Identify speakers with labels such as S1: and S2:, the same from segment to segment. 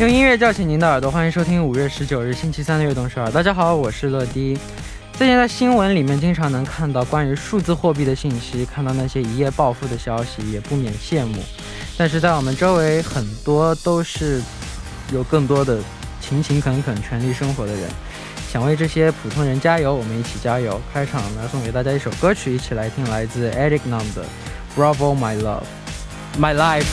S1: 用音乐叫醒您的耳朵，欢迎收听五月十九日星期三的《悦动首尔》。大家好，我是乐迪。最近在新闻里面经常能看到关于数字货币的信息，看到那些一夜暴富的消息，也不免羡慕。但是在我们周围，很多都是有更多的勤勤恳恳、全力生活的人，想为这些普通人加油，我们一起加油。开场呢，送给大家一首歌曲，一起来听来自 Eric Nam 的《Bravo My Love》，My Life。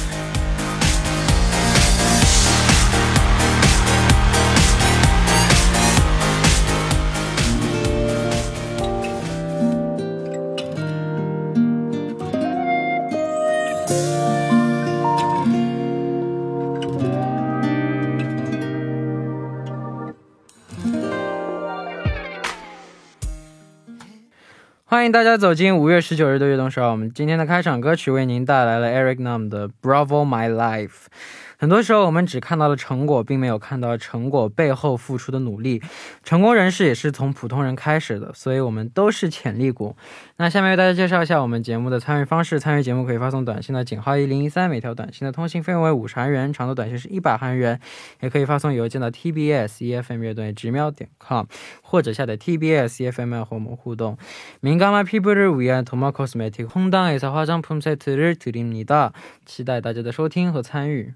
S1: 欢迎大家走进五月十九日的《悦动首尔》。我们今天的开场歌曲为您带来了 Eric Nam 的《Bravo My Life》。很多时候，我们只看到了成果，并没有看到成果背后付出的努力。成功人士也是从普通人开始的，所以我们都是潜力股。那下面为大家介绍一下我们节目的参与方式。参与节目可以发送短信到井号一零一三，每条短信的通信费用为五十韩元，长途短信是一百韩元。也可以发送邮件到 tbs efm E 乐队直瞄点 com，或者下载 tbs efm 和我们互动。민감한 피부를 위한 도마 코스메틱 홍당에서 화장품 세트를 드립니다. 期待大家的收听和参与。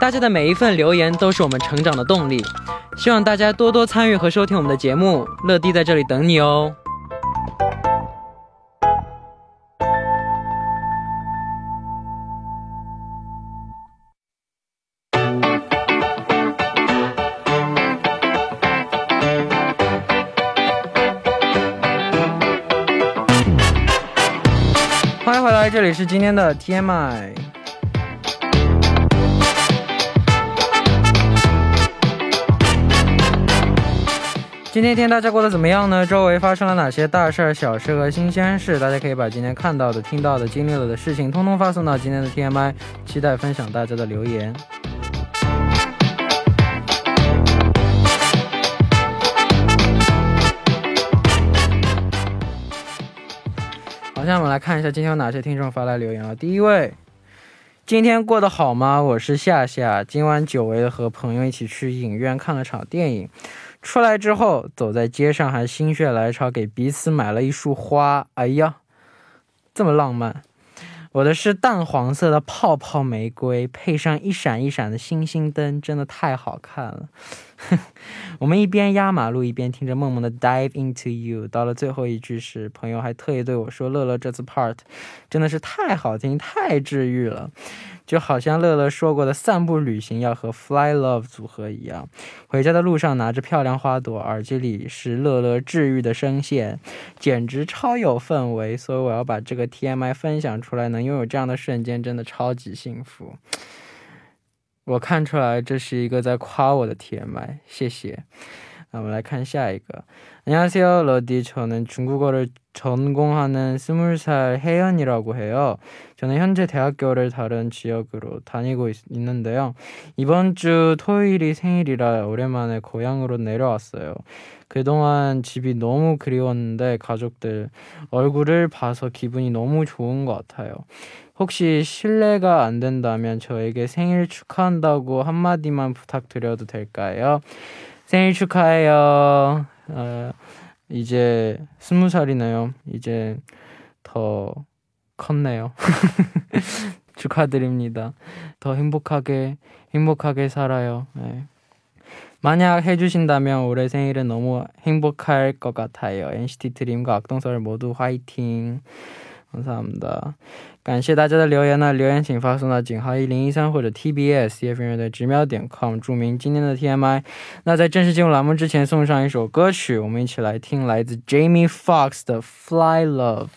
S1: 大家的每一份留言都是我们成长的动力，希望大家多多参与和收听我们的节目。乐迪在这里等你哦。欢迎回来，这里是今天的 TMI。今天一天大家过得怎么样呢？周围发生了哪些大事儿、小事和新鲜事？大家可以把今天看到的、听到的、经历了的事情，通通发送到今天的 TMI，期待分享大家的留言。好，下面我们来看一下今天有哪些听众发来留言啊。第一位，今天过得好吗？我是夏夏，今晚久违的和朋友一起去影院看了场电影，出来之后走在街上还心血来潮给彼此买了一束花，哎呀，这么浪漫。我的是淡黄色的泡泡玫瑰，配上一闪一闪的星星灯，真的太好看了。我们一边压马路，一边听着梦梦的《Dive Into You》。到了最后一句时，朋友还特意对我说：“乐乐这次 part 真的是太好听，太治愈了，就好像乐乐说过的散步旅行要和 Fly Love 组合一样。”回家的路上拿着漂亮花朵，耳机里是乐乐治愈的声线，简直超有氛围。所以我要把这个 TMI 分享出来，能拥有这样的瞬间，真的超级幸福。我看出来这是一个在夸我的 TMI，谢谢。啊，我们来看下一个。안녕하세요，러디저는중국어를전공하는스물살혜연이라고해요저는현재대학교를다른지역으로다니고있는데요이번주토요일이생일이라오랜만에고향으로내려왔어요 그동안 집이 너무 그리웠는데 가족들 얼굴을 봐서 기분이 너무 좋은 것 같아요. 혹시 실례가 안 된다면 저에게 생일 축하한다고 한마디만 부탁드려도 될까요? 생일 축하해요. 어, 이제 스무 살이네요. 이제 더 컸네요. 축하드립니다. 더 행복하게 행복하게 살아요. 네. 만약 해주신다면 올해 생일은 너무 행복할 것 같아요. NCT 드림과 악동설 모두 화이팅. 감사합니다. 感谢大家的留言呢，留言请发送到井号一零一三或者 TBS 夜飞乐队直瞄点 com，注明今天的 TMI。那在正式进入栏目之前，送上一首歌曲，我们一起来听来自 Jamie Foxx 的《Fly Love》。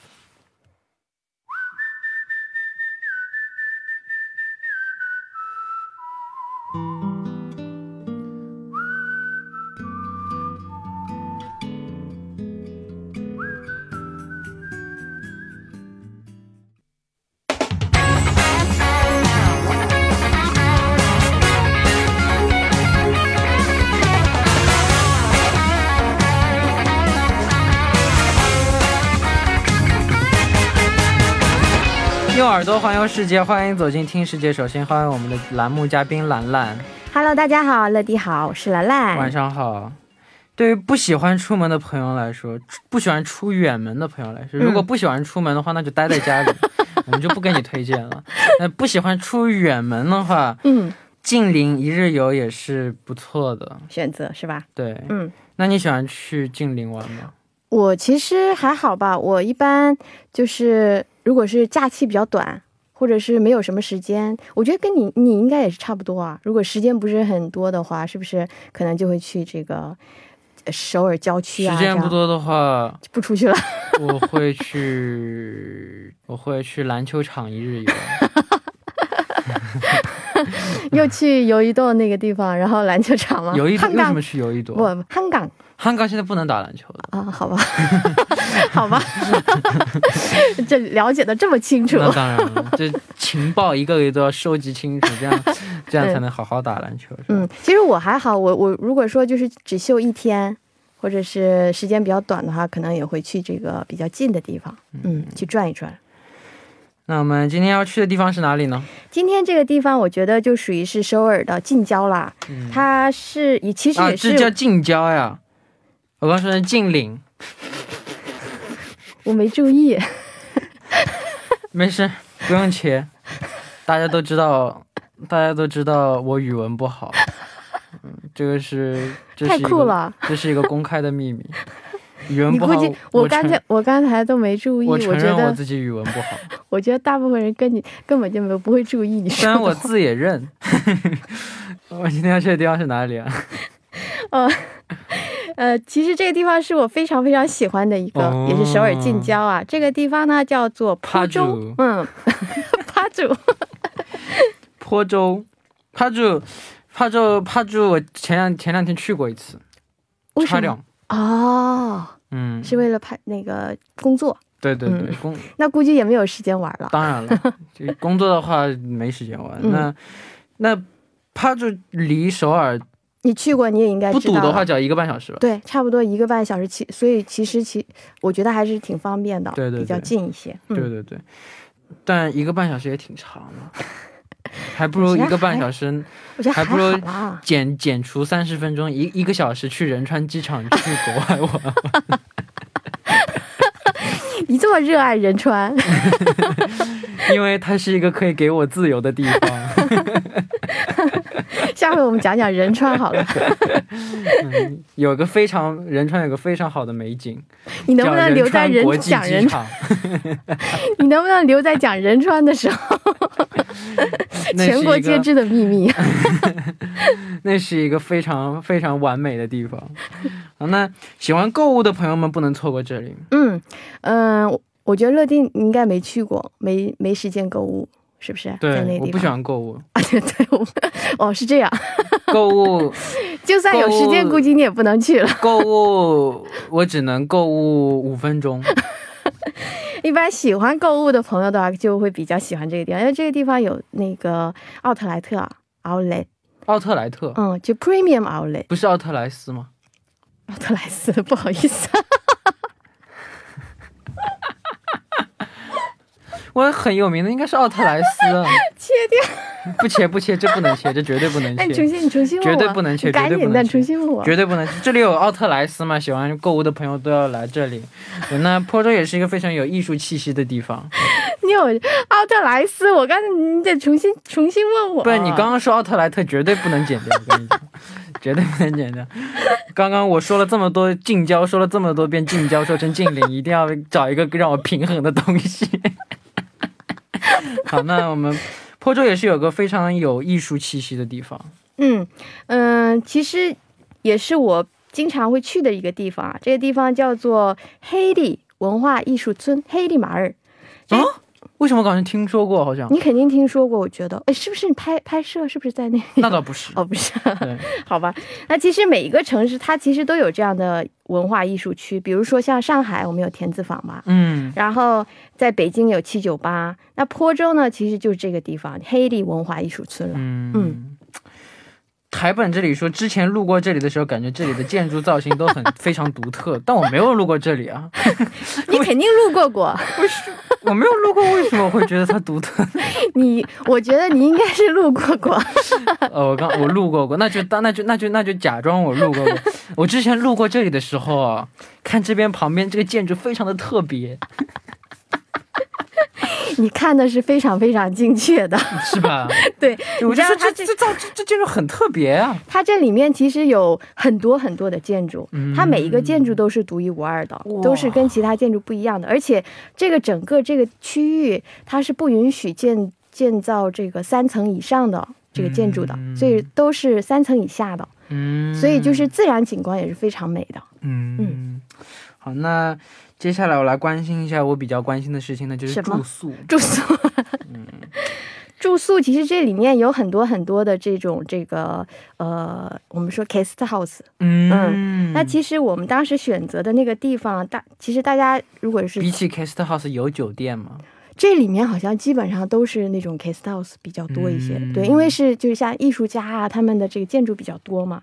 S1: 用耳朵环游世界，欢迎走进听世界。首先欢迎我们的栏目嘉宾兰兰，
S2: Hello，大家好，乐迪好，我是兰
S1: 晚
S2: 兰。
S1: 上好。对于不喜欢出门的朋友来说，出不喜欢出远门的朋友来说，
S2: 嗯
S1: 如果不喜欢出门的话，那就待在家 里，我们就不给你推荐了。那不喜欢出远门的话，
S2: 嗯，
S1: 近邻一日游也是不错的。
S2: 选择是吧？
S1: 对，
S2: 嗯，
S1: 那你喜欢去近邻玩吗？
S2: 我其实还好吧，我一般就是如果是假期比较短，或者是没有什么时间，我觉得跟你你应该也是差不多啊。如果时间不是很多的话，是不是可能就会去这个呃首尔郊区啊？
S1: 时间不
S2: 这
S1: 多
S2: 样
S1: 的话，
S2: 就不 出去了。
S1: 我会去，我会去篮球场一日游。
S2: 又去游一洞那个地方，然后篮球场 吗？
S1: 游一
S2: 汉
S1: 为什
S2: 港
S1: 么去游一
S2: 不
S1: 朵？，
S2: 汉港
S1: 汉港现在不能打篮球了，
S2: 啊， 好吧，好吧， 这了解的这么清楚。
S1: 那当然了，这情报一个个都要收集清楚，这样这样
S2: 对
S1: 才能好好打篮球。是吧
S2: 嗯，其实我还好，我我如果说就是只休一天，或者是时间比较短的话，可能也会去这个比较近的地方，嗯，去转一转。
S1: 那我们今天要去的地方是哪里呢？
S2: 今天这个地方，我觉得就属于是首尔的近郊啦，
S1: 嗯
S2: 它是也其实
S1: 啊，
S2: 也是、
S1: 这叫近郊呀。我刚说的近邻，
S2: 我没注意，
S1: 没事，不用切。大家都知道，大家都知道我语文不好。嗯，这个是这是
S2: 太
S1: 一
S2: 酷
S1: 个
S2: 了。
S1: 这是一个公开的秘密。语文
S2: 你
S1: 不
S2: 估
S1: 好，
S2: 计
S1: 我
S2: 刚才
S1: 承
S2: 我刚才都没注意，我
S1: 我承
S2: 觉
S1: 认我
S2: 得
S1: 自己语文不好。
S2: 我觉得大部分人跟你根本就没有不会注意你
S1: 虽
S2: 说
S1: 然我
S2: 的话。
S1: 字也认。 我今天要去的地方是哪里啊？
S2: 呃，其实这个地方是我非常非常喜欢的一个，
S1: 哦
S2: 也是首尔近郊啊。这个地方呢叫做
S1: 帕
S2: 坡
S1: 主
S2: 州，嗯， 帕主。
S1: 坡州，帕住，帕住，帕住。我前两前两天去过一次，
S2: 为
S1: 差
S2: 什
S1: 点
S2: 么？。哦，
S1: 嗯，
S2: 是为了拍那个工作，
S1: 对对对，
S2: 嗯
S1: 公
S2: 那估计也没有时间玩了。
S1: 当然 了，这工作的话没时间玩。
S2: 嗯
S1: 那那帕住离首尔
S2: 你去过，你也应该
S1: 不
S2: 哎知
S1: 堵
S2: 道
S1: 的话，
S2: 了
S1: 只要一个半小时吧。
S2: 对，差不多一个半小时其，所以其实其我觉得还是挺方便的，
S1: 对对对
S2: 比较近一些。
S1: 对
S2: 嗯，
S1: 对对，但一个半小时也挺长的， 还不如一个半小时
S2: 我觉得
S1: 还
S2: 还
S1: 不
S2: 好
S1: 如
S2: 啦。
S1: 减减除三十分钟，一一个小时去仁川机场去国外玩。
S2: 你这么热爱仁川，
S1: 因为它是一个可以给我自由的地方。
S2: 下回我们讲讲仁川好了。
S1: 有个非常仁川有个非常好的美景，
S2: 你能不能留在
S1: 叫仁川
S2: 仁
S1: 国际
S2: 讲仁
S1: 机
S2: 川？
S1: 场？
S2: 你能不能留在讲仁川的时候？
S1: 那是
S2: 全国
S1: 一
S2: 皆
S1: 个
S2: 知的秘密。
S1: 那是一个非常非常完美的地方。啊，那喜欢购物的朋友们不能错过这里。
S2: 嗯嗯、我我觉得乐定你应该没去过，没没时间购物，是不是？在那
S1: 对，
S2: 个
S1: 我
S2: 地
S1: 不喜
S2: 方。
S1: 欢购物，
S2: 啊， 对对，我哦是 这样，
S1: 购物
S2: 就算有时间，
S1: 购物
S2: 估计你也不能去了。
S1: 购物我只能购物五分钟。
S2: 一般喜欢购物的朋友的话，就会比较喜欢这个地方，因为这个地方有那个奥特莱特啊 outlet，
S1: 奥特莱特
S2: 嗯，就 premium outlet
S1: 不是奥特莱斯吗？
S2: 奥特莱斯，不好意思，啊
S1: 我很有名的应该是奥特莱斯啊。
S2: 切掉。
S1: 不切不切，这不能切，这绝对不能
S2: 哎，你重
S1: 切。
S2: 新，你重新问我，
S1: 绝对不能切
S2: 你赶
S1: 绝对
S2: 紧
S1: 不
S2: 的，
S1: 能
S2: 你
S1: 切
S2: 重新问我。
S1: 绝对不能！这里有奥特莱斯嘛，喜欢购物的朋友都要来这里。那坡州也是一个非常有艺术气息的地方。
S2: 你有奥特莱斯，我刚才你得重新重新问我。
S1: 不然你刚刚说奥特莱特绝对不能剪掉，我跟你讲， 绝对不能剪掉。刚刚我说了这么多近郊，说了这么多遍近郊，说成近邻，一定要找一个让我平衡的东西。 好，那我们坡州也是有个非常有艺术气息的地方。
S2: 嗯嗯、其实也是我经常会去的一个地方啊，这个地方叫做黑利文化艺术村黑利马尔，
S1: 为什么感觉听说过？好像
S2: 你肯定听说过，我觉得，哎，是不是你拍拍摄是不是在那？
S1: 那倒不是。
S2: 哦，不是，
S1: 对，
S2: 好吧。那其实每一个城市它其实都有这样的文化艺术区，比如说像上海，我们有田子坊嘛，
S1: 嗯，
S2: 然后在北京有七九八，那坡州呢，其实就是这个地方黑利文化艺术村了。
S1: 嗯
S2: 嗯
S1: 台本这里说，之前路过这里的时候，感觉这里的建筑造型都很非常独特，但我没有路过这里啊，
S2: 你肯定路过过，
S1: 我没有路过，为什么我会觉得它独 特？
S2: 你我觉得你应该是路过过，
S1: 呃，我刚我路过过，那就当那就那就那就假装我 路过过。我之前路过这里的时候啊，看这边旁边这个建筑非常的特别，
S2: 你看的是非常非常精 确的。
S1: 是吧？
S2: 对，
S1: 对我就说
S2: 你知道它
S1: 这这造这这建筑很特别啊。
S2: 它这里面其实有很多很多的建筑，
S1: 嗯
S2: 它每一个建筑都是独一无二的
S1: 哇，
S2: 都是跟其他建筑不一样的。而且这个整个这个区域，它是不允许建建造这个三层以上的这个建筑的，
S1: 嗯
S2: 所以都是三层以下的。
S1: 嗯，
S2: 所以就是自然景观也是非常美的。
S1: 嗯，好，那接下来我来关心一下我比较关心的事情，那就是
S2: 什么
S1: 住宿。
S2: 住宿，
S1: 嗯
S2: 住宿其实这里面有很多很多的这种这个呃，我们说 guest house。
S1: 嗯
S2: 那其实我们当时选择的那个地方，大其实大家如果是
S1: 比起 guest house 有酒店吗？
S2: 这里面好像基本上都是那种 guest house 比较多一些，
S1: 嗯
S2: 对，因为是就是像艺术家啊，他们的这个建筑比较多嘛。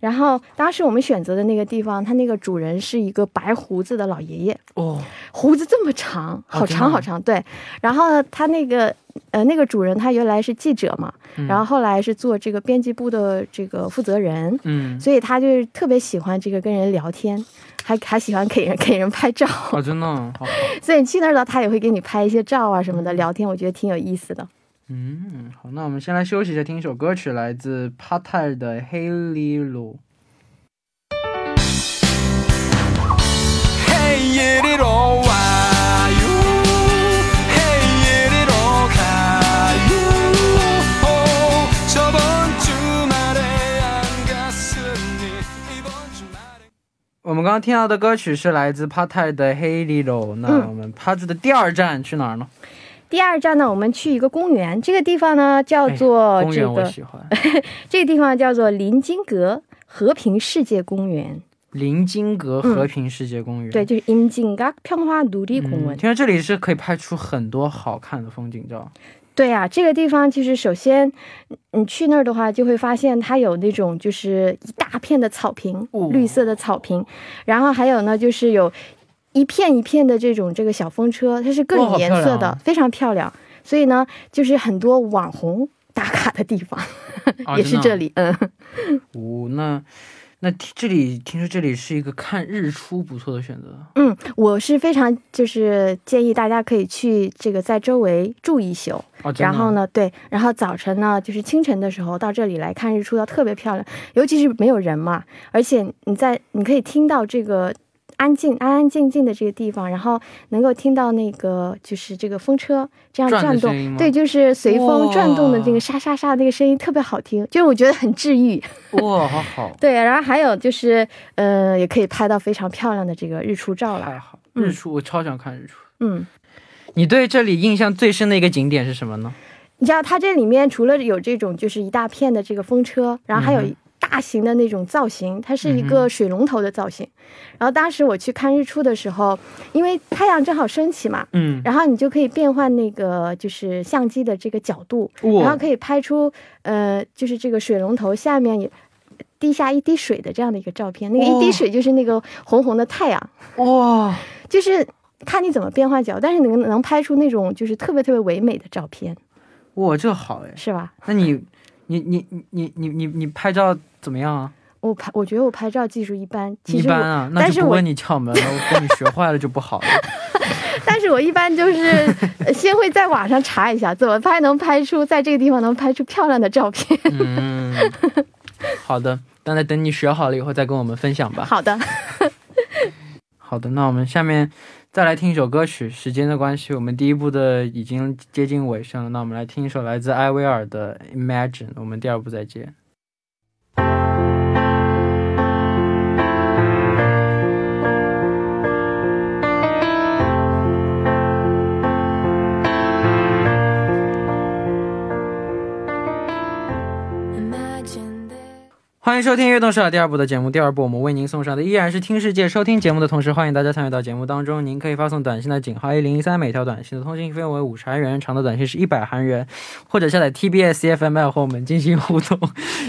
S2: 然后当时我们选择的那个地方，它那个主人是一个白胡子的老爷爷，
S1: 哦，
S2: 胡子这么长，好
S1: 真的啊
S2: 长
S1: 吗
S2: 好长，对。然后呢，他那个呃那个主人他原来是记者嘛，
S1: 嗯
S2: 然后后来是做这个编辑部的这个负责人，
S1: 嗯，
S2: 所以他就是特别喜欢这个跟人聊天，还还喜欢给人给人拍照。
S1: 哦，真的哦，好好，
S2: 所以你去那儿了，他也会给你拍一些照啊什么的，聊天我觉得挺有意思的。
S1: 嗯，好，那我们先来休息一下，听一首歌曲，来自帕泰尔的《黑利鲁》。
S3: 헤이 이리로 와요 헤이 이리로 가요 오, 저번 주말에 안 갔으니 이번 주말에
S1: 我们刚刚听到的歌曲是来自帕泰尔的《黑利鲁》。那
S2: 嗯
S1: 我们帕住的第二站去哪儿呢？
S2: 第二站呢，我们去一个公园，这个地方呢叫做
S1: 哎公
S2: 哦这
S1: 园
S2: 个、
S1: 我喜欢，
S2: 这个地方叫做林金阁和平世界公园，
S1: 林金阁和平世界公园。
S2: 嗯对，就是임진각 평화누리공원。
S1: 嗯，听说这里是可以拍出很多好看的风景 照。
S2: 对啊，这个地方就是首先，你去那儿的话，就会发现它有那种就是一大片的草坪，
S1: 哦
S2: 绿色的草坪，然后还有呢就是有一片一片的这种这个小风车，它是各
S1: 哇好
S2: 种
S1: 漂
S2: 颜
S1: 亮
S2: 色的，
S1: 啊
S2: 非常漂亮。所以呢，就是很多网红打卡的地方、
S1: 啊
S2: 也是
S1: 真的啊
S2: 这里，嗯，
S1: 哦，那那听这里听说这里是一个看日出不错的选择。
S2: 嗯，我是非常就是建议大家可以去这个在周围住一宿，
S1: 哦，真的
S2: 然后
S1: 啊？
S2: 呢，对，然后早晨呢，就是清晨的时候到这里来看日出，要特别漂亮，尤其是没有人嘛，而且你在你可以听到这个安静、安安静静的这个地方，然后能够听到那个就是这个风车这样
S1: 转的
S2: 转
S1: 声音吗
S2: 动，对，就是随风
S1: 哇
S2: 转动的这个沙沙沙那个声音特别好听，就是我觉得很治 愈。
S1: 哇，好好，
S2: 对，然后还有就是，呃，也可以拍到非常漂亮的这个日出照了。
S1: 太好！嗯日出，我超想看日出。
S2: 嗯，
S1: 你对这里印象最深的一个景点是什么呢？
S2: 你知道它这里面除了有这种就是一大片的这个风车，然后还有
S1: 嗯
S2: 大型的那种造型，它是一个水龙头的造型。然后当时我去看日出的时候，因为太阳正好升起嘛，
S1: 嗯，
S2: 然后你就可以变换那个就是相机的这个角度，然后
S1: 哇，
S2: 可以拍出呃就是这个水龙头下面也。滴下一滴水的这样的一个照片，那个一滴
S1: 哦
S2: 水就是那个红红的太阳，
S1: 哇，
S2: 就是看你怎么变换角度，但是能能拍出那种就是特别特别唯美的照片，
S1: 哇，这好哎！
S2: 是吧？
S1: 那你，你你你你你你你拍照怎么样啊？
S2: 我拍，我觉得我拍照技术一般，其
S1: 一
S2: 实
S1: 般
S2: 我，
S1: 啊，那
S2: 但是
S1: 就不
S2: 我
S1: 问你窍门了，我跟你学坏了就不好了。
S2: 但是我一般就是呃先会在网上查一下怎么拍能拍出在这个地方能拍出漂亮的照 片。
S1: 嗯，好的，那在等你学好了以后再跟我们分享吧。
S2: 好的，
S1: 好的，那我们下面再来听一首歌曲。时间的关系，我们第一部的已经接近尾声了。那我们来听一首来自艾薇儿的《Imagine》，我们第二部再见。
S4: Imagine that.
S1: 欢迎收听《悦动首尔》第二部的节目。第二部我们为您送上的依然是听世界。收听节目的同时，欢迎大家参与到节目当中。您可以发送短信到井号一零一三，每条短信的通信费用为五十韩元，长的短信是一百韩元，或者下载 TBS FM 和我们进行互动。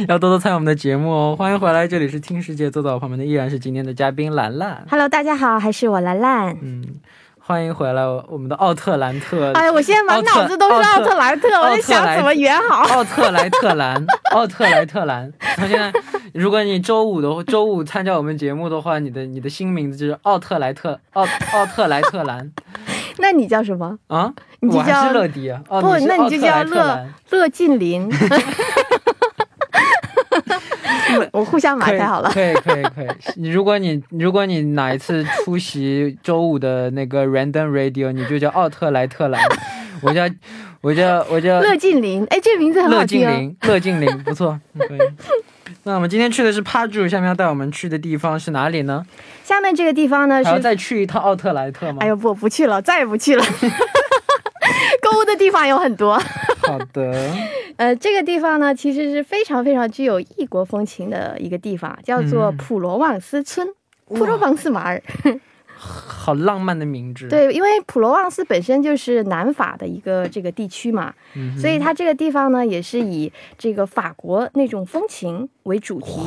S1: 要多多参与我们的节目哦。欢迎回来，这里是听世界。坐到我旁边的依然是今天的嘉宾兰兰。
S2: Hello，大家好，还是我兰兰。
S1: 嗯，欢迎回来，我们的奥特兰呃特。
S2: 哎，我现在满脑子都是奥特莱特，
S1: 奥特
S2: 我在想怎么圆好。
S1: 奥特莱特兰，奥特莱特兰。他现在，如果你周五的周五参加我们节目的话，你的你的新名字就是奥特莱特奥奥特莱特兰
S2: 那你叫什么？
S1: 啊！
S2: 你就
S1: 我还
S2: 叫
S1: 是乐迪啊，哦
S2: 不，
S1: 你是
S2: 那你就叫
S1: 奥特莱特
S2: 乐
S1: 兰
S2: 乐 近邻。 我互相埋汰好了。
S1: 可以可以可以。可以你如果你如果你哪一次出席周五的那个 Random Radio，你就叫奥特莱特兰，我叫我叫我叫
S2: 乐近邻，哎，这名字很好
S1: 乐
S2: 听
S1: 静
S2: 哦。
S1: 林，乐静林不错，嗯可以。那我们今天去的是帕住，下面要带我们去的地方是哪里呢？
S2: 下面这个地方呢
S1: 还要
S2: 是，
S1: 再去一趟奥特莱特吗？
S2: 哎呦，不不去了，再也不去了。 购物的地方有很多，
S1: 好 的，
S2: 呃，这个地方呢其实是非常非常具有异国风情的一个地方，叫做
S1: 嗯
S2: 普罗旺斯村。普罗旺斯马尔，
S1: 好浪漫的名字。，
S2: 对，因为普罗旺斯本身就是南法的一个这个地区嘛，
S1: 嗯哼、
S2: 所以它这个地方呢，也是以这个法国那种风情为主题。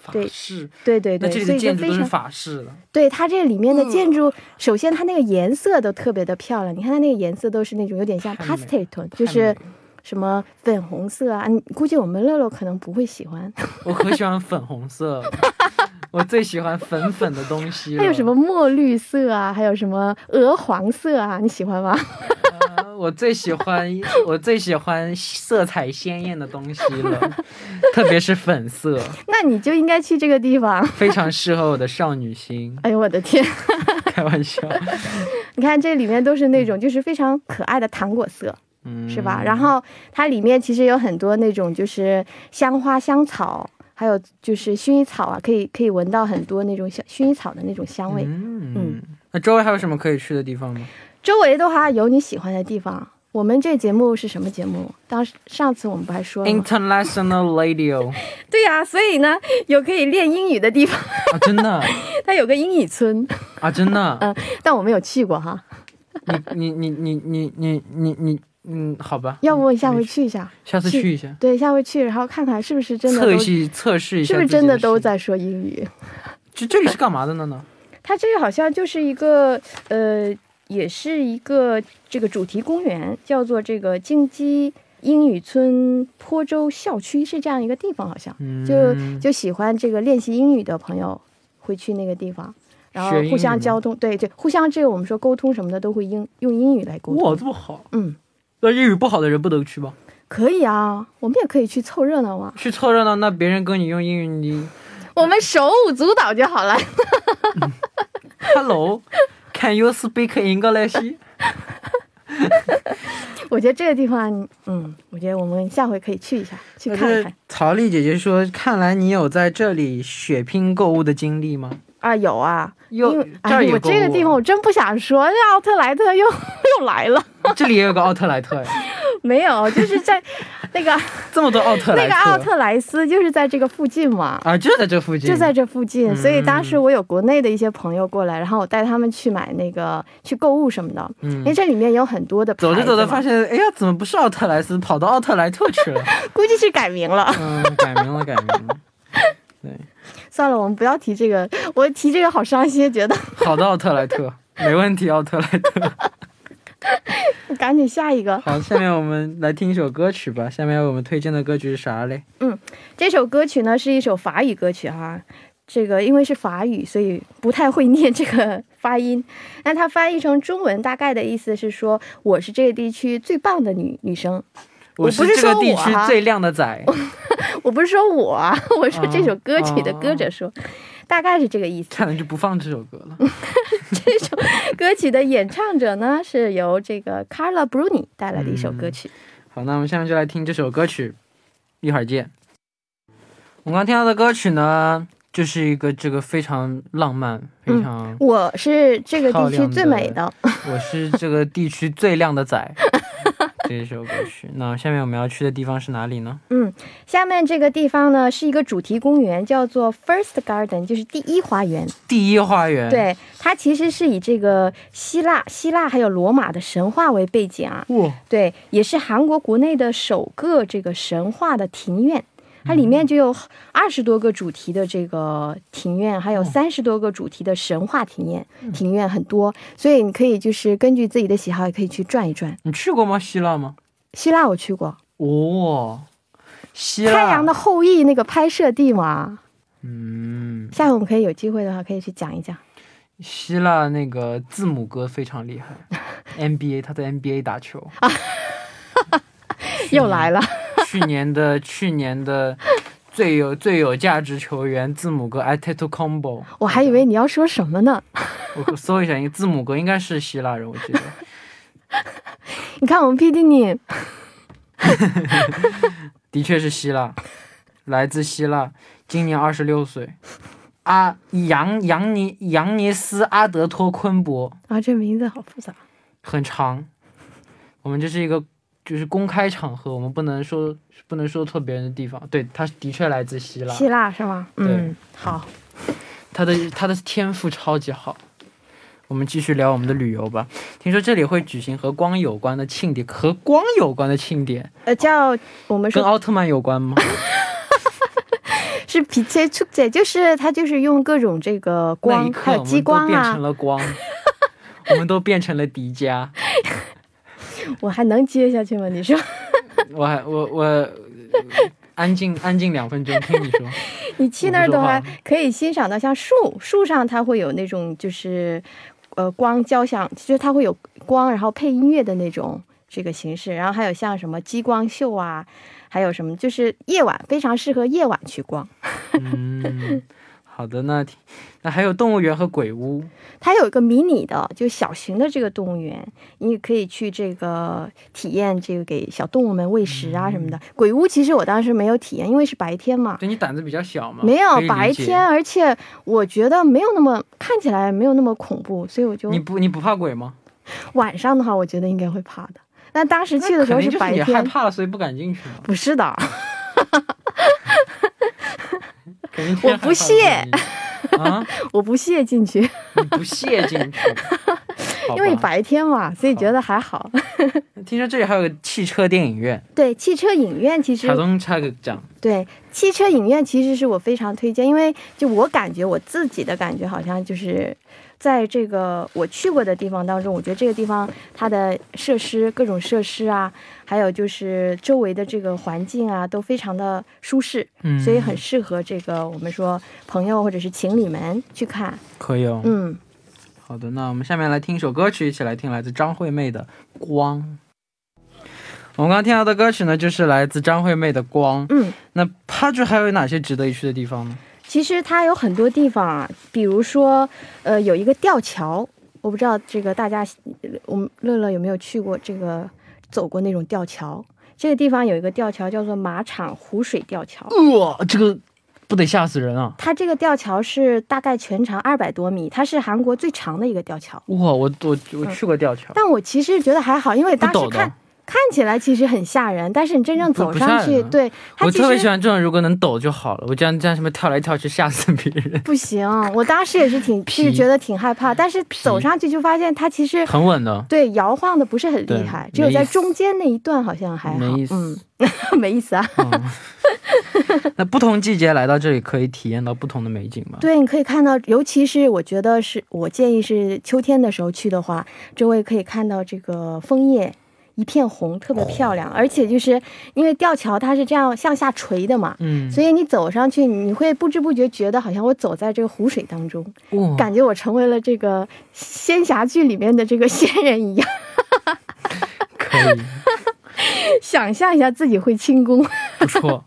S1: 法
S2: 对
S1: 式，
S2: 对对
S1: 那
S2: 对，
S1: 这里
S2: 所
S1: 的
S2: 以就
S1: 建筑
S2: 非
S1: 都是
S2: 常
S1: 法嗯式的。
S2: 对它这里面的建筑，首先它那个颜色都特别的漂亮。你看它那个颜色都是那种有点像
S1: 太美
S2: pastel tone，就是什么粉红色啊。你估计我们乐乐可能不会喜欢，
S1: 我可喜欢粉红色， 我最喜欢粉粉的东西了。
S2: 还有什么墨绿色啊，还有什么鹅黄色啊，你喜欢吗？
S1: 啊？我最喜欢，我最喜欢色彩鲜艳的东西了，特别是粉色，
S2: 那你就应该去这个地方。
S1: 非常适合我的少女心。
S2: 哎呦我的天！
S1: 开玩笑，
S2: 你看这里面都是那种就是非常可爱的糖果色，
S1: 嗯，
S2: 是吧？然后它里面其实有很多那种就是香花、香草，还有就是薰衣草啊，可以可以闻到很多那种小薰衣草的那种香味。
S1: 嗯，那周围还有什么可以去的地方吗？
S2: 周围的话有你喜欢的地方。我们这节目是什么节目？当时上次我们不还说了吗？
S1: International Radio
S2: 对呀、所以呢，有可以练英语的地方，
S1: 啊，真的
S2: 它有个英语村，
S1: 啊，真的，
S2: 但我没有去过哈。
S1: 你你你你你你你嗯，好吧，
S2: 要不下回去一下？
S1: 下次
S2: 去
S1: 去一下，
S2: 对，下回去，然后看看是不是真的
S1: 测
S2: 都，
S1: 试测试一下，
S2: 是不是真的都？在说英语？
S1: 这这里是干嘛的呢？呢？
S2: 它这个好像就是一个呃，也是一个这个主题公园，叫做这个京畿英语村坡州校区，是这样一个地方，好像
S1: 嗯，
S2: 就就喜欢这个练习英语的朋友会去那个地方。然后
S1: 学英语
S2: 互相
S1: 吗
S2: 交通，对对，互相这个我们说沟通什么的都会英用英语来沟
S1: 哇，
S2: 通，
S1: 这么好，
S2: 嗯，
S1: 那英语不好的人不能去吗？
S2: 可以啊，我们也可以去凑热闹 啊，
S1: 去凑热闹，那别人跟你用英语，你
S2: 我们手舞足蹈就好了。
S1: Hello，Can you speak English？
S2: 我觉得这个地方，嗯，我觉得我们下回可以去一下， 去
S1: 可
S2: 看一
S1: 是
S2: 看
S1: 曹丽姐姐说，看来你有在这里血拼购物的经历吗？
S2: 啊，有啊，
S1: 又
S2: 因为
S1: 这儿
S2: 哎，
S1: 有啊
S2: 我这个
S1: 购物
S2: 地方我真不想说，这奥特莱 特又又来了。
S1: 这里也有个奥特莱特呀，
S2: 没有，就是在那个
S1: 这么多奥特莱
S2: 那
S1: 特，
S2: 个奥特莱斯，就是在这个附近嘛，
S1: 啊，就在这附近，
S2: 就在这附近。
S1: 嗯
S2: 所以当时我有国内的一些朋友过来，然后我带他们去买那个去购物什么的，因为
S1: 嗯。
S2: 这里面有很多的牌
S1: 走着走着
S2: 子嘛
S1: 发现，哎呀，怎么不是奥特莱斯，跑到奥特莱特去了？
S2: 估计是改名 了。
S1: 嗯，改名了，改名了。
S2: 算了，我们不要提这个，我提这个好伤心，觉得
S1: 好的，奥特莱特，没问题，奥特莱特。
S2: 赶紧下一个。
S1: 好，下面我们来听一首歌曲吧。下面我们推荐的歌曲是啥嘞？
S2: 这首歌曲呢是一首法语歌曲哈、这个因为是法语，所以不太会念这个发音。那它翻译成中文，大概的意思是说，我是这个地区最棒的女女生。 我不
S1: 是
S2: 是
S1: 这个
S2: 说
S1: 地
S2: 我
S1: 区
S2: 啊
S1: 最靓的仔。
S2: 我不是说我啊， 我说
S1: 哦
S2: 这首歌曲的歌者说，大概是这个意思。
S1: 看来就不放这首歌了。
S2: 歌曲的演唱者呢是由这个 Carla Bruni 带来的一首歌曲。
S1: 好，那我们下面就来听这首歌曲，一会儿见。我刚听到的歌曲呢，就是一个这个非常浪漫，非常、
S2: 我是这个地
S1: 漂
S2: 区
S1: 亮的
S2: 最美的，
S1: 我是这个地区最靓的仔，这一首歌曲。那下面我们要去的地方是哪里呢？
S2: 嗯，下面这个地方呢是一个主题公园，叫做 First Garden，就是第一花园。
S1: 第一花园。，
S2: 对，它其实是以这个希腊、希腊还有罗马的神话为背景啊。
S1: 哇，
S2: 对，也是韩国国内的首个这个神话的庭院。它里面就有二十多个主题的这个庭院，还有三十多个主题的神话庭院，庭院很多，所以你可以就是根据自己的喜好，也可以去转一转。
S1: 你去过吗？希腊吗？
S2: 希腊我去过，
S1: 哦，希
S2: 《
S1: 腊。
S2: 太阳的。后裔》那个拍摄地嘛，
S1: 嗯，
S2: 下回我们可以有机会的话，可以去讲一讲。
S1: 希腊那个字母哥非常 厉害，NBA 他在 NBA 打球。
S2: 又来了，
S1: 去年的去年的最有最有价值球员字母哥 Ateto Combo，
S2: 我还以为你要说什么呢。
S1: 我搜一下，一个字母哥应该是希腊人，我记得。
S2: 你看我们 PD 你，
S1: 的确是希腊，来自希腊，今年二十六岁，阿扬扬尼扬尼斯阿德托昆博，
S2: 啊，这名字好复杂。
S1: 很长。我们这是一个就是公开场合，我们不能说不能说错别人的地方。对，他的确来自希腊，
S2: 希腊是吗？
S1: 对
S2: 嗯，好。
S1: 他的他的天赋超级好。我们继续聊我们的旅游吧。听说这里会举行和光有关的庆典，和光有关的庆典，
S2: 呃，叫我们
S1: 跟
S2: 说
S1: 奥特曼有关吗？
S2: 是皮切出姐，就是它就是用各种这个
S1: 那一
S2: 光，
S1: 刻
S2: 还有
S1: 我
S2: 激
S1: 们都
S2: 光
S1: 变
S2: 啊
S1: 成，了 光，我们都变成了迪迦。
S2: 我还能接下去吗？ 你说，
S1: 我还我我呃安静安静两分钟，听你说。
S2: 你去那儿的
S1: 我
S2: 话
S1: 不说，
S2: 可以欣赏到像树树上它会有那种就是，呃，光交响，就是它会有光，然后配音乐的那种这个形式，然后还有像什么激光秀啊，还有什么就是夜晚非常适合夜晚去逛。
S1: 嗯，好的，那听那还有动物园和鬼屋，
S2: 它有一个迷你的，就小型的这个动物园，你也可以去这个体验这个给小动物们喂食啊什么的。
S1: 嗯
S2: 鬼屋其实我当时没有体验，因为是白天嘛，
S1: 对你胆子比较小嘛？
S2: 没有
S1: 啊可以理
S2: 白
S1: 解
S2: 天，。而且我觉得没有那么看起来没有那么恐怖，所以我就
S1: 你不你不怕鬼吗？
S2: 晚上的话，我觉得应该会怕的。但当时去
S1: 那
S2: 的时
S1: 肯
S2: 候
S1: 定就是
S2: 白
S1: 你害
S2: 天，
S1: 怕了，所以不敢进去嘛。
S2: 不 是的，
S1: 肯定天
S2: 我
S1: 害
S2: 不
S1: 怕
S2: 屑
S1: 才进去啊！
S2: 我不屑进去，
S1: 你不屑进 去，好
S2: 因为
S1: 吧
S2: 白天嘛，所以觉得还好。
S1: 听说这里还有个汽车电影院，
S2: 对，汽车影院其实
S1: 卡东差个奖。
S2: 对，汽车影院其实是我非常推荐，因为就我感觉我自己的感觉好像就是。在这个我去过的地方当中，我觉得这个地方它的设施、各种设施啊，还有就是周围的这个环境啊，都非常的舒适，
S1: 嗯
S2: 所以很适合这个我们说朋友或者是情侣们去看。
S1: 可以哦。
S2: 嗯，
S1: 好的，那我们下面来听一首歌曲，一起来听来自张惠妹的《光》。我们刚刚听到的歌曲呢，就是来自张惠妹的《光》。
S2: 嗯，
S1: 那帕剧还有哪些值得一去的地方呢？
S2: 其实它有很多地方啊，比如说，呃，有一个吊桥，我不知道这个大家，呃我们乐乐有没有去过这个走过那种吊桥？这个地方有一个吊桥叫做马场湖水吊桥，
S1: 哇、呃这个不得吓死人啊！
S2: 它这个吊桥是大概全长二百多米，它是韩国最长的一个吊桥。
S1: 哇，我我我去过吊桥，
S2: 但我其实觉得还好，因为当
S1: 不
S2: 时
S1: 陡的
S2: 看看起来其实很吓人，但是你真正
S1: 不
S2: 走
S1: 不
S2: 上
S1: 吓
S2: 去，
S1: 人啊
S2: 对它
S1: 我
S2: 其
S1: 特别喜
S2: 实
S1: 欢这种，如果能抖就好了。我这样这样什么跳来跳去吓死别人，
S2: 不行。我当时也 是挺就是
S1: 皮
S2: 觉得挺害怕，但是走上去就发现它其实
S1: 很稳的，
S2: 对，摇晃的不是很厉害，
S1: 对
S2: 只有在
S1: 没意思
S2: 中间那一段好像还好，
S1: 没意思
S2: 嗯， 没意思啊。
S1: 那不同季节来到这里，可以体验到不同的美景嘛？
S2: 对，你可以看到，尤其是我觉得是我建议是秋天的时候去的话，周围可以看到这个枫叶一片红，特别漂亮。而且就是因为吊桥它是这样向下垂的嘛，
S1: 嗯，
S2: 所以你走上去，你会不知不觉觉得好像我走在这个湖水当中，
S1: 哇，
S2: 感觉我成为了这个仙侠剧里面的这个仙人一样。
S1: 可以。
S2: 想象一下自己会轻功。
S1: 不 错。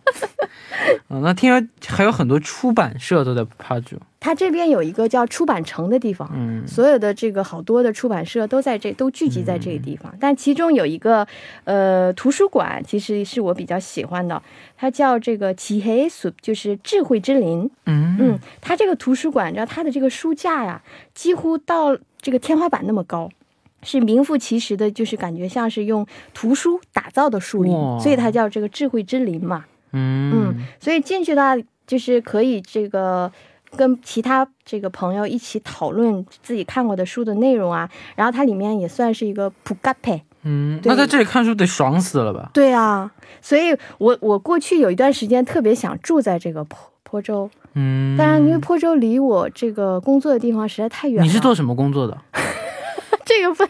S1: 嗯，那听说还有很多出版社都在 p a j
S2: 它这边有一个叫出版城的地方，
S1: 嗯，
S2: 所有的这个好多的出版社都在这，都聚集在这个地
S1: 嗯
S2: 方。但其中有一个，呃，图书馆其实是我比较喜欢的，它叫这个奇黑숲，就是智慧之林。
S1: 嗯，
S2: 嗯，它这个图书馆，你知道它的这个书架呀，几乎到这个天花板那么高。是名副其实的，就是感觉像是用图书打造的树林
S1: 哇，
S2: 所以它叫这个智慧之林嘛。
S1: 嗯嗯
S2: 所以进去的话，就是可以这个跟其他这个朋友一起讨论自己看过的书的内容啊。然后它里面也算是一个普嘎佩。嗯对
S1: 那在这里看书得爽死了吧？
S2: 对啊，所以我我过去有一段时间特别想住在这个坡坡州，
S1: 嗯，
S2: 当然因为坡州离我这个工作的地方实在太远了。啊
S1: 你是做什么工作的？
S2: 这个不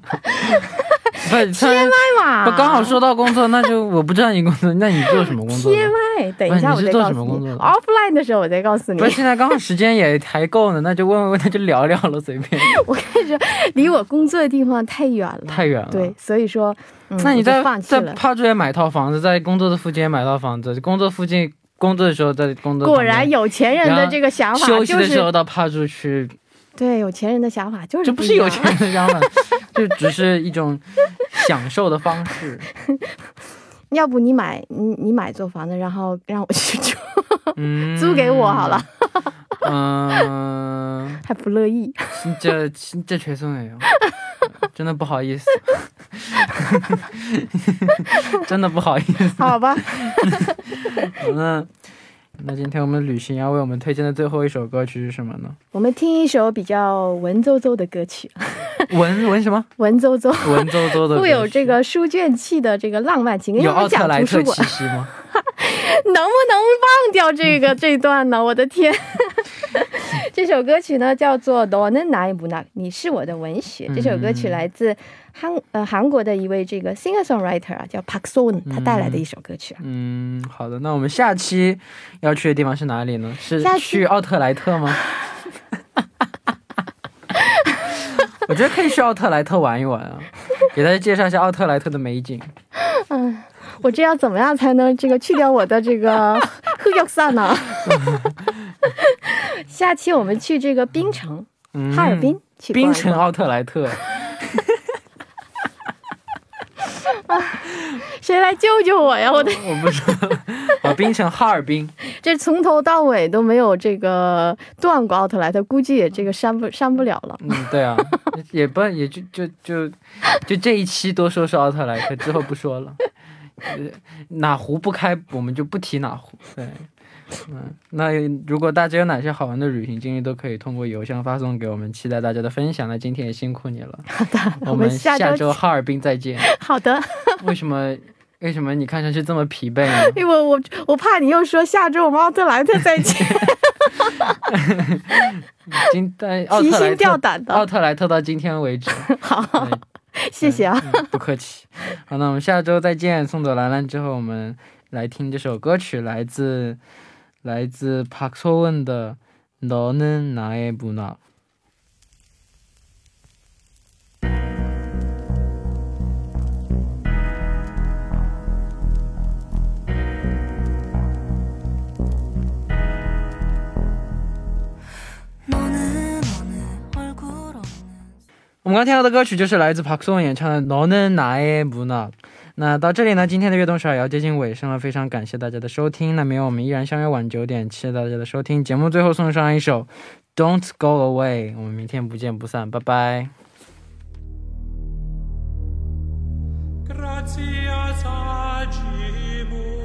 S1: 不是，天
S2: 嘛？
S1: 不刚好说到工作，那就我不知道你工作，那你做什么工作的？
S2: TMI，等一下
S1: 不
S2: 我
S1: 是你是
S2: 再
S1: 做
S2: 告
S1: 什么
S2: 诉
S1: 工
S2: 你
S1: 作的
S2: ，offline 的时候我再告诉你
S1: 不。是，现在刚好时间也还够呢，那就问问问，那就聊聊了，随 便，
S2: 我开始离我工作的地方太远了，
S1: 太远了。
S2: 对，，所以说，嗯、
S1: 那你
S2: 我
S1: 在
S2: 就放弃
S1: 在
S2: 了。
S1: 帕追买套房子，在工作的附近也买套房子，工作附近工作的时候在工作旁边，
S2: 果然有钱人的这个想法
S1: 休息
S2: 就
S1: 的时
S2: 是
S1: 候到帕住去，
S2: 对有钱人的想法就是
S1: 这不是
S2: 一
S1: 有
S2: 样
S1: 钱人的想法，就只是一种享受的方式。
S2: 要不你买你你买座房子，然后让我去住，
S1: 嗯，
S2: 租给我好了。
S1: 嗯、
S2: 还不乐意。
S1: 这这缺送哎呦，真的不好意思， 真的不好意思。
S2: 好吧，
S1: 那那今天我们旅行要为我们推荐的最后一首歌曲是什么呢？
S2: 我们听一首比较文绉绉的歌曲，
S1: 文文什么？
S2: 文绉绉，
S1: 文绉绉的歌曲。
S2: 富有这个书卷气的这个浪漫情歌。因为
S1: 有
S2: 我
S1: 奥
S2: 们
S1: 特
S2: 讲
S1: 莱
S2: 图
S1: 特
S2: 书馆
S1: 气，息吗？
S2: 能不能忘掉这
S1: 嗯
S2: 个这段呢？我的 天！这首歌曲呢叫做《너는나의문학》，你是我的文学。这首歌曲
S1: 嗯
S2: 来自韩呃韩国的一位这个 singer songwriter 啊，叫 Park Soon，他带来的一首歌曲啊。
S1: 嗯，好的，那我们下期要去的地方是哪里呢？是
S2: 下期
S1: 去奥特莱特 吗？我觉得可以去奥特莱特玩一玩啊，给大家介绍一下奥特莱特的美景。
S2: 我这要怎么样才能这个去掉我的这个 흑역 사呢？下期我们去这个槟城，
S1: 嗯
S2: 哈尔滨去逛一
S1: 冰
S2: 逛
S1: 城奥特莱特，
S2: 谁来救救我呀？我的
S1: 我不知道。 啊，冰城哈尔滨，
S2: 这从头到尾都没有这个断过奥特莱特，估计也这个删不删不了 了。
S1: 嗯，对啊，也不也就就就就这一期多说说奥特莱特，之后不说了。呃哪壶不开，我们就不提哪壶。对，嗯，那如果大家有哪些好玩的旅行经历，都可以通过邮箱发送给我们，期待大家的分享。那今天也辛苦你了，好的，我
S2: 我
S1: 们
S2: 们
S1: 下
S2: 下周
S1: 周哈尔滨再见。
S2: 好的，
S1: 为什么为什么你看上去这么疲惫 呢？
S2: 因为我我怕你又说下周我们奥特莱特再见，
S1: 今但奥
S2: 提
S1: 特莱
S2: 心
S1: 特
S2: 吊胆
S1: 奥
S2: 的。
S1: 特莱特到今天为 止，
S2: 好，
S1: 嗯
S2: 谢谢啊，
S1: 嗯不客气。好，那我们下周再见。送走兰兰之后，我们来听这首歌曲，来自来自 Park So Won 的《너는나의문학》。我们刚听到的歌曲就是来自 Park So Won 演唱的《너는나의문학》。那到这里呢，今天的悦动首尔也要接近尾声了，非常感谢大家的收听。那明晚我们依然相约晚九点，期待大家的收听。节目最后送上一首《Don't Go Away》，我们明天不见不散，拜拜。
S3: Gracias a Jimmy.